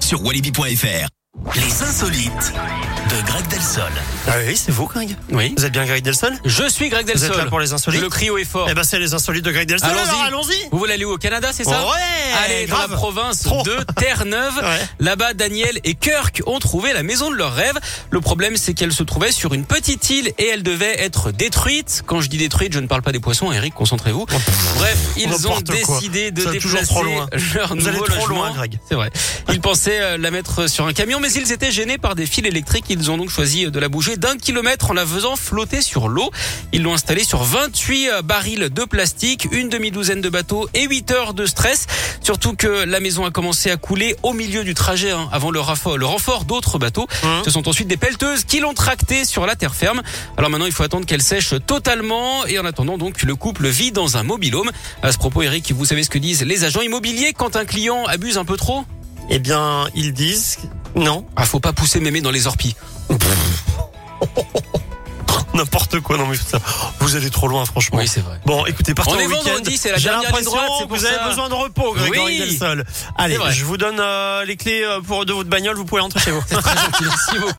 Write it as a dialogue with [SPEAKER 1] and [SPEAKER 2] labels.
[SPEAKER 1] sur walibi.fr. Les insolites de Greg Delsol.
[SPEAKER 2] Ah oui, c'est vous, Greg
[SPEAKER 3] Oui.
[SPEAKER 2] Vous êtes bien Greg Delsol
[SPEAKER 3] Je suis Greg
[SPEAKER 2] Vous
[SPEAKER 3] Delsol.
[SPEAKER 2] êtes là pour les insolites
[SPEAKER 3] Le crio est fort.
[SPEAKER 2] Eh ben, c'est les insolites de Greg Delsol.
[SPEAKER 3] Allons-y.
[SPEAKER 2] Alors, allons-y
[SPEAKER 3] Vous voulez aller où au Canada, c'est ça
[SPEAKER 2] Ouais,
[SPEAKER 3] Allez, dans
[SPEAKER 2] grave.
[SPEAKER 3] la province
[SPEAKER 2] Trop.
[SPEAKER 3] de Terre-Neuve.
[SPEAKER 2] Ouais.
[SPEAKER 3] Là-bas, Daniel et Kirk ont trouvé la maison de leurs rêves. Le problème, c'est qu'elle se trouvait sur une petite île et elle devait être détruite. Quand je dis détruite, je ne parle pas des poissons. Eric, concentrez-vous. Bref, ils ont
[SPEAKER 2] N'importe quoi.
[SPEAKER 3] décidé de
[SPEAKER 2] Ça va toujours
[SPEAKER 3] déplacer
[SPEAKER 2] trop loin.
[SPEAKER 3] leur
[SPEAKER 2] Vous allez
[SPEAKER 3] nouveau
[SPEAKER 2] trop loin,
[SPEAKER 3] logement.
[SPEAKER 2] Greg.
[SPEAKER 3] C'est vrai. Ils pensaient euh, la mettre sur un camion, mais ils étaient gênés par des fils électriques. Ils ont donc choisi euh, de la bouger d'un kilomètre en la faisant flotter sur l'eau. Ils l'ont installée sur 28 barils de plastique, une demi-douzaine de bateaux et 8 heures de stress. Surtout que la maison a commencé à couler au milieu du trajet, hein, avant le, raffo- le renfort d'autres bateaux.
[SPEAKER 2] Mhm.
[SPEAKER 3] Ce sont ensuite des pelleteuses qui l'ont tractée sur la terre ferme. Alors maintenant, il faut attendre qu'elle sèche totalement. Et en attendant, donc, le couple vit dans un mobilhome. À ce propos, Eric, vous savez ce que disent les agents immobiliers quand un client abuse un peu trop
[SPEAKER 2] Eh bien, ils disent non.
[SPEAKER 3] ah, faut pas pousser mémé dans les orpies.
[SPEAKER 2] N'importe quoi, non mais putain, vous allez trop loin, franchement.
[SPEAKER 3] Oui, c'est vrai.
[SPEAKER 2] Bon, écoutez, partons
[SPEAKER 3] On
[SPEAKER 2] au
[SPEAKER 3] est
[SPEAKER 2] week-end.
[SPEAKER 3] vendredi, c'est la
[SPEAKER 2] J'ai
[SPEAKER 3] dernière ligne
[SPEAKER 2] l'impression
[SPEAKER 3] droite, c'est
[SPEAKER 2] que
[SPEAKER 3] pour
[SPEAKER 2] vous
[SPEAKER 3] ça.
[SPEAKER 2] avez besoin de repos, Grégory
[SPEAKER 3] Oui.
[SPEAKER 2] Delsol. Allez,
[SPEAKER 3] vrai.
[SPEAKER 2] je vous donne euh, les clés euh, pour de votre bagnole, vous pouvez rentrer chez vous.
[SPEAKER 3] Très gentil, merci beaucoup.